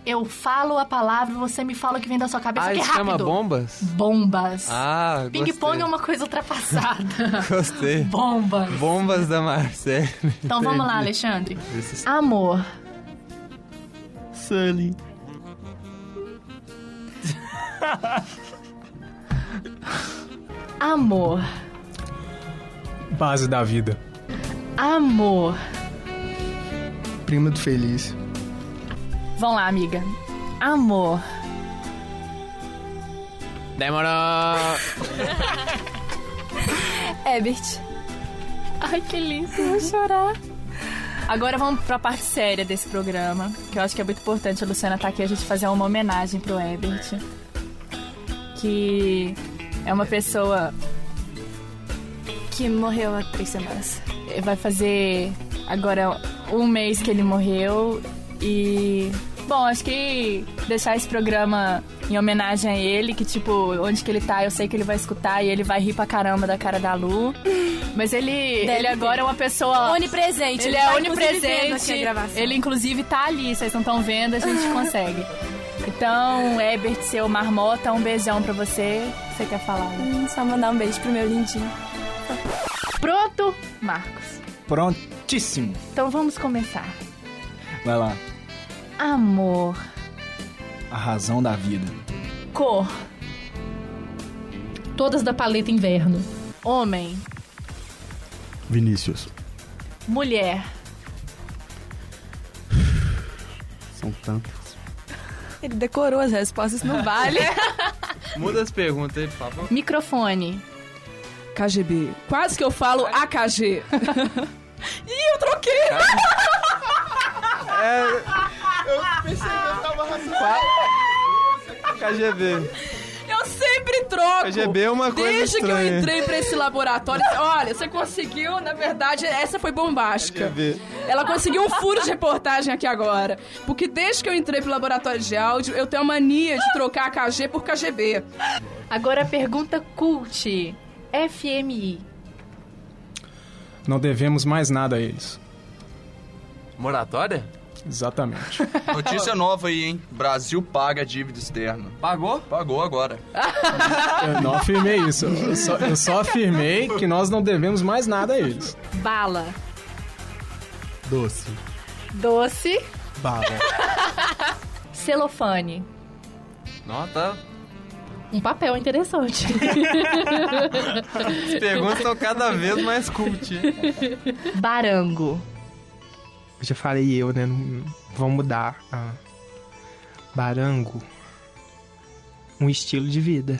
[SPEAKER 2] eu falo a palavra, você me fala o que vem da sua cabeça,
[SPEAKER 6] Ah,
[SPEAKER 2] que é
[SPEAKER 6] isso
[SPEAKER 2] rápido.
[SPEAKER 6] chama bombas?
[SPEAKER 2] Bombas.
[SPEAKER 6] Ah,
[SPEAKER 2] Ping-pong é uma coisa ultrapassada.
[SPEAKER 6] gostei.
[SPEAKER 2] Bombas.
[SPEAKER 6] Bombas da Marcele.
[SPEAKER 2] então vamos
[SPEAKER 6] Entendi.
[SPEAKER 2] lá, Alexandre.
[SPEAKER 6] Esses-
[SPEAKER 2] Amor.
[SPEAKER 12] Sully.
[SPEAKER 2] Amor.
[SPEAKER 15] Base da vida.
[SPEAKER 2] Amor.
[SPEAKER 1] Prima do Feliz.
[SPEAKER 2] Vamos lá, amiga. Amor.
[SPEAKER 6] Demorou!
[SPEAKER 14] Ebert.
[SPEAKER 2] Ai, que lindo. Vou chorar. Agora vamos pra parte séria desse programa, que eu acho que é muito importante a Luciana estar aqui a gente fazer uma homenagem pro Ebert. Que é uma pessoa que morreu há três semanas. Vai fazer agora um mês que ele morreu e. Bom, acho que deixar esse programa em homenagem a ele, que tipo, onde que ele tá, eu sei que ele vai escutar e ele vai rir pra caramba da cara da Lu. Mas ele, ele agora é uma pessoa.
[SPEAKER 14] Onipresente,
[SPEAKER 2] Ele
[SPEAKER 14] ele
[SPEAKER 2] é
[SPEAKER 14] tá, inclusive, vendo aqui
[SPEAKER 2] onipresente.
[SPEAKER 14] a gravação.
[SPEAKER 2] Ele inclusive tá ali, vocês não estão vendo, a gente consegue. Então, Ebert, seu marmota, um beijão pra você. Você quer falar?
[SPEAKER 14] Hum,
[SPEAKER 2] Né? Só mandar um beijo pro meu lindinho. Pronto, Marcos.
[SPEAKER 4] Prontíssimo.
[SPEAKER 2] Então vamos começar.
[SPEAKER 4] Vai lá.
[SPEAKER 2] Amor,
[SPEAKER 4] A razão da vida.
[SPEAKER 2] cor,
[SPEAKER 18] Todas da paleta inverno.
[SPEAKER 2] homem,
[SPEAKER 5] Vinícius.
[SPEAKER 2] mulher,
[SPEAKER 5] São tantos.
[SPEAKER 14] Ele decorou as respostas, não vale.
[SPEAKER 6] Muda as perguntas aí, por favor.
[SPEAKER 2] microfone,
[SPEAKER 16] KGB. Quase que eu falo AKG. Ih, eu troquei!
[SPEAKER 1] É, Eu pensei que eu tava
[SPEAKER 6] KGB.
[SPEAKER 16] Eu sempre troco.
[SPEAKER 6] KGB é uma coisa
[SPEAKER 16] Desde que eu
[SPEAKER 6] estranha.
[SPEAKER 16] entrei pra esse laboratório. Olha, você conseguiu, na verdade, essa foi bombástica.
[SPEAKER 6] KGB.
[SPEAKER 16] Ela conseguiu um furo de reportagem aqui agora. Porque desde que eu entrei pro laboratório de áudio, eu tenho a mania de trocar KG por KGB.
[SPEAKER 2] Agora a pergunta cult. FMI.
[SPEAKER 15] Não devemos mais nada a eles.
[SPEAKER 7] Moratória?
[SPEAKER 15] Exatamente.
[SPEAKER 7] Notícia nova aí, hein? Brasil paga a dívida externa. Pagou? Pagou agora.
[SPEAKER 11] É,
[SPEAKER 15] Eu não afirmei isso. Eu só, eu só afirmei que nós não devemos mais nada a eles.
[SPEAKER 2] Bala.
[SPEAKER 15] Doce.
[SPEAKER 2] Doce.
[SPEAKER 15] Bala.
[SPEAKER 2] Celofane.
[SPEAKER 3] tá.
[SPEAKER 6] Nota.
[SPEAKER 18] Um papel interessante.
[SPEAKER 6] As perguntas estão cada vez mais cult.
[SPEAKER 2] Barango.
[SPEAKER 9] Eu já falei eu, né? Não- Vamos mudar. Ah. Barango. Um estilo de vida.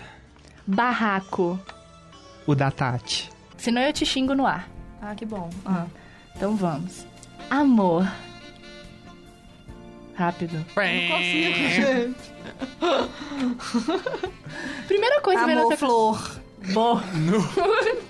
[SPEAKER 2] Barraco.
[SPEAKER 9] O da Tati.
[SPEAKER 2] Senão eu te xingo no ar. Ah, que bom. Ah, então vamos. Amor. Rápido.
[SPEAKER 13] Eu
[SPEAKER 2] não consigo, gente. Primeira coisa que vem na
[SPEAKER 8] Amor,
[SPEAKER 2] sua
[SPEAKER 8] flor.
[SPEAKER 2] Bom.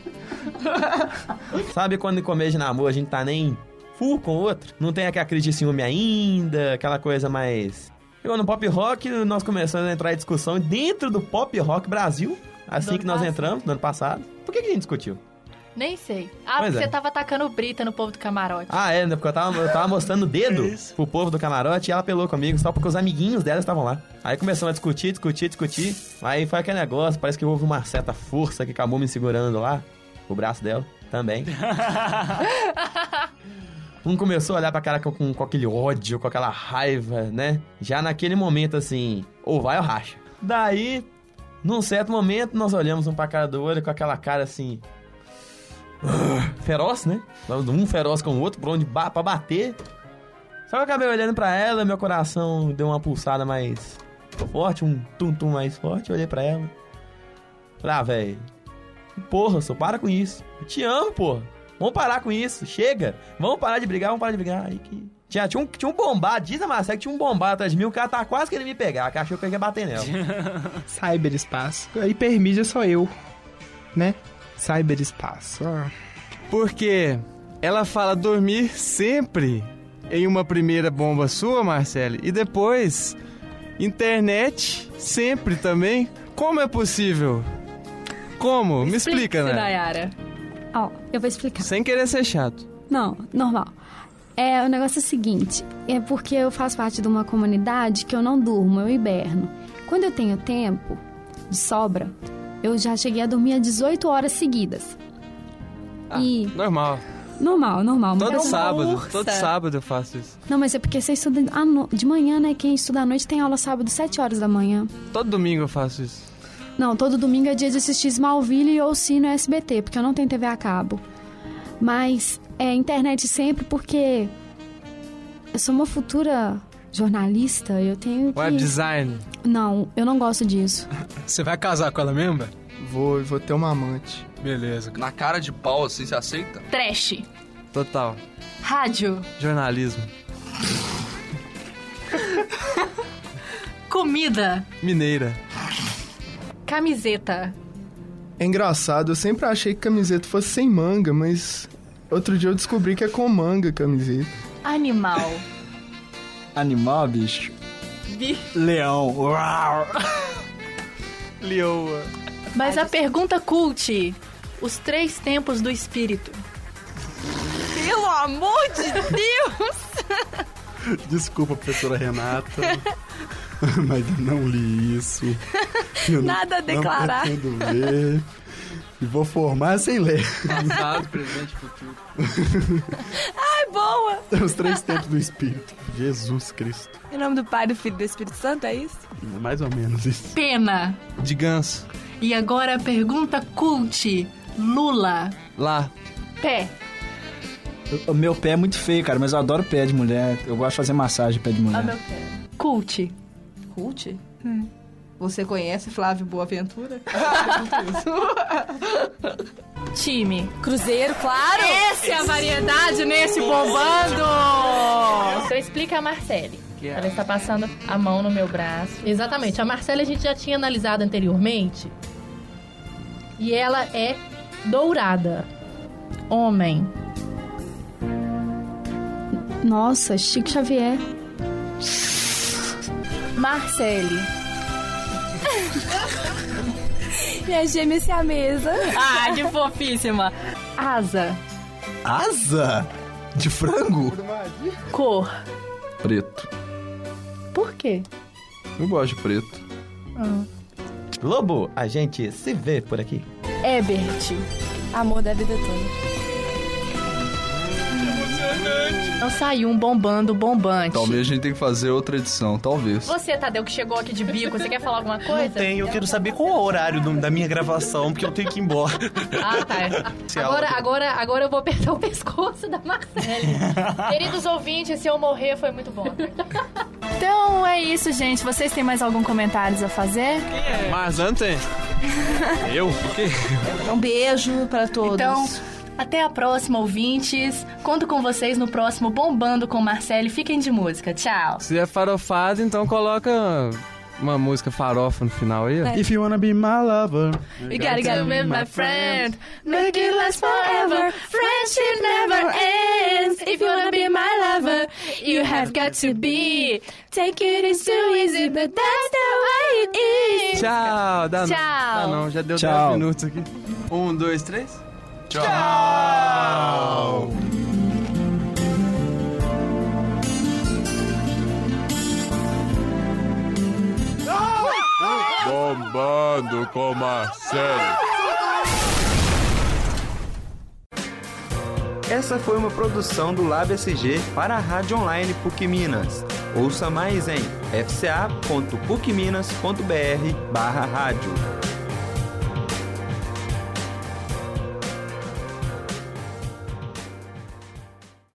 [SPEAKER 12] Sabe quando em começo de namoro a gente tá nem full com o outro? Não tem aquela crise de ciúme ainda, aquela coisa mais. Igual no pop rock, nós começamos a entrar em discussão dentro do pop rock Brasil, assim
[SPEAKER 2] Do
[SPEAKER 12] que nós
[SPEAKER 2] ano
[SPEAKER 12] entramos no ano passado. Por que, que a gente discutiu?
[SPEAKER 2] Nem sei. Ah,
[SPEAKER 12] Pois
[SPEAKER 2] porque
[SPEAKER 12] é.
[SPEAKER 2] você tava atacando brita no povo do camarote.
[SPEAKER 12] Ah, é, né? Porque eu tava, eu tava mostrando o dedo pro povo do camarote e ela pelou comigo só porque os amiguinhos dela estavam lá. Aí começamos a discutir, discutir, discutir. Aí foi aquele negócio, parece que houve uma certa força que acabou me segurando lá, o braço dela também. Um começou a olhar pra cara com, com, com aquele ódio, com aquela raiva, né? Já naquele momento assim, ou vai ou racha. Daí, num certo momento, nós olhamos um pra cara do olho com aquela cara assim. Feroz, né? Um feroz com o outro, pra onde ba pra bater. Só que eu acabei olhando pra ela, meu coração deu uma pulsada mais forte, um tum-tum mais forte, eu olhei pra ela. Falei, ah, velho. Porra, só para com isso. Eu te amo, porra. Vamos parar com isso. Chega. Vamos parar de brigar, vamos parar de brigar. Aí que. Tinha, tinha, um, tinha um bombado, diz a Marcelo que tinha um bombado atrás de mim, o cara tá quase querendo me pegar, que achou que eu ia bater nela.
[SPEAKER 9] Cyberespaço. A hipermídia sou eu. Né? Cyberespaço. Ah.
[SPEAKER 6] Porque ela fala dormir sempre.
[SPEAKER 3] em uma primeira bomba sua, Marcele, e depois internet sempre também. Como é possível? Como? Me explica, né?
[SPEAKER 19] Nayara.
[SPEAKER 10] Ó, eu vou explicar.
[SPEAKER 3] Sem querer ser chato.
[SPEAKER 10] Não, normal. É, o negócio é o seguinte, é porque eu faço parte de uma comunidade que eu não durmo, eu hiberno. Quando eu tenho tempo de sobra, eu já cheguei a dormir a 18 horas seguidas. E
[SPEAKER 3] Normal.
[SPEAKER 10] normal, normal. uma
[SPEAKER 3] Ah. Todo
[SPEAKER 10] pessoa-
[SPEAKER 3] sábado, todo sábado eu faço isso.
[SPEAKER 10] Não, mas é porque você estuda à no- de manhã, né? Quem estuda à noite tem aula sábado, 7 horas da manhã.
[SPEAKER 3] Todo domingo eu faço isso.
[SPEAKER 10] Não, todo domingo é dia de assistir Smallville ou Sino SBT, porque eu não tenho TV a cabo. Mas é internet sempre porque eu sou uma futura jornalista, eu tenho que...
[SPEAKER 11] Web design.
[SPEAKER 10] Não, eu não gosto disso.
[SPEAKER 11] Você vai casar com ela mesmo?
[SPEAKER 1] Vou, vou ter uma amante.
[SPEAKER 11] Beleza.
[SPEAKER 7] Na cara de pau, assim, você aceita?
[SPEAKER 2] Trash.
[SPEAKER 3] Total.
[SPEAKER 2] Rádio.
[SPEAKER 3] Jornalismo.
[SPEAKER 2] Comida.
[SPEAKER 3] Mineira.
[SPEAKER 2] Camiseta.
[SPEAKER 1] É engraçado, eu sempre achei que camiseta fosse sem manga, mas outro dia eu descobri que é com manga camiseta.
[SPEAKER 2] Animal.
[SPEAKER 4] Animal, bicho.
[SPEAKER 2] Bi-
[SPEAKER 4] Leão. Uau.
[SPEAKER 3] Leoa.
[SPEAKER 2] Mas a pergunta cult. Os três tempos do espírito.
[SPEAKER 8] Pelo amor de Deus!
[SPEAKER 15] Desculpa, professora Renata, mas eu não li isso. Eu não-
[SPEAKER 8] Nada a declarar.
[SPEAKER 15] Não pretendo ler. E vou formar sem ler.
[SPEAKER 3] Passado, presente, futuro.
[SPEAKER 8] Ai, boa!
[SPEAKER 15] Os três tempos do Espírito. Jesus Cristo.
[SPEAKER 8] Em nome do Pai, do Filho e do Espírito Santo, é isso?
[SPEAKER 15] Mais ou menos isso.
[SPEAKER 2] Pena.
[SPEAKER 3] De ganso.
[SPEAKER 2] E agora a pergunta cult. Lula.
[SPEAKER 3] Lá.
[SPEAKER 2] Pé.
[SPEAKER 4] O meu pé é muito feio, cara, mas eu adoro pé de mulher. Eu gosto de fazer massagem de pé de mulher.
[SPEAKER 2] Ó meu pé. Cult.
[SPEAKER 8] Cult? Você conhece Flávio Boaventura?
[SPEAKER 2] Time.
[SPEAKER 13] Cruzeiro, claro.
[SPEAKER 16] Essa é a variedade nesse bombando! Então explica a Marcele.
[SPEAKER 20] Que é?
[SPEAKER 16] Ela está passando a mão no meu braço. Exatamente. A Marcele a gente já tinha analisado anteriormente. E ela é dourada. Homem.
[SPEAKER 10] Nossa, Chico Xavier.
[SPEAKER 2] Marcele.
[SPEAKER 13] Minha gêmea é a mesa.
[SPEAKER 2] Ah, que fofíssima. Asa.
[SPEAKER 5] Asa? De frango?
[SPEAKER 2] Cor.
[SPEAKER 7] Preto.
[SPEAKER 2] Por quê?
[SPEAKER 7] Eu gosto de preto.
[SPEAKER 16] Ah.
[SPEAKER 20] Lobo, a gente se vê por aqui.
[SPEAKER 2] Ebert.
[SPEAKER 13] Amor da vida toda.
[SPEAKER 2] Não saiu um bombando bombante.
[SPEAKER 7] Talvez a gente tenha que fazer outra edição, talvez.
[SPEAKER 16] Você, Tadeu, que chegou aqui de bico, você quer falar alguma coisa?
[SPEAKER 12] Não tem, eu quero saber qual é o horário do- da minha gravação, porque eu tenho que ir embora.
[SPEAKER 16] Ah, tá.
[SPEAKER 12] Se a
[SPEAKER 16] Agora,
[SPEAKER 12] outra-
[SPEAKER 16] agora, agora eu vou apertar o pescoço da Marcele. Queridos ouvintes, se eu morrer foi muito bom.
[SPEAKER 21] Então é isso, gente. Vocês têm mais algum comentário a fazer?
[SPEAKER 3] Mas antes. Eu? O quê?
[SPEAKER 2] Um beijo para todos. Então, até a próxima, ouvintes. Conto com vocês no próximo Bombando com Marcele. Fiquem de música. Tchau.
[SPEAKER 3] Se é farofado, então coloca uma música farofa no final aí. ó.
[SPEAKER 15] If you wanna be my lover.
[SPEAKER 21] É. You gotta get with my friend. Make it last forever. Friendship never ends. If you wanna be my lover, you have got to be. Take it, it's too easy, but that's the way it is.
[SPEAKER 3] Tchau, dá não.
[SPEAKER 21] Tchau.
[SPEAKER 3] Dá não, já deu
[SPEAKER 4] Tchau.
[SPEAKER 3] 10 minutos aqui. Um, dois, três. Tchau.
[SPEAKER 9] Bombando com Marcelo.
[SPEAKER 22] Essa foi uma produção do Lab SG para a Rádio Online PUC Minas. Ouça mais em fca.pucminas.br barra rádio.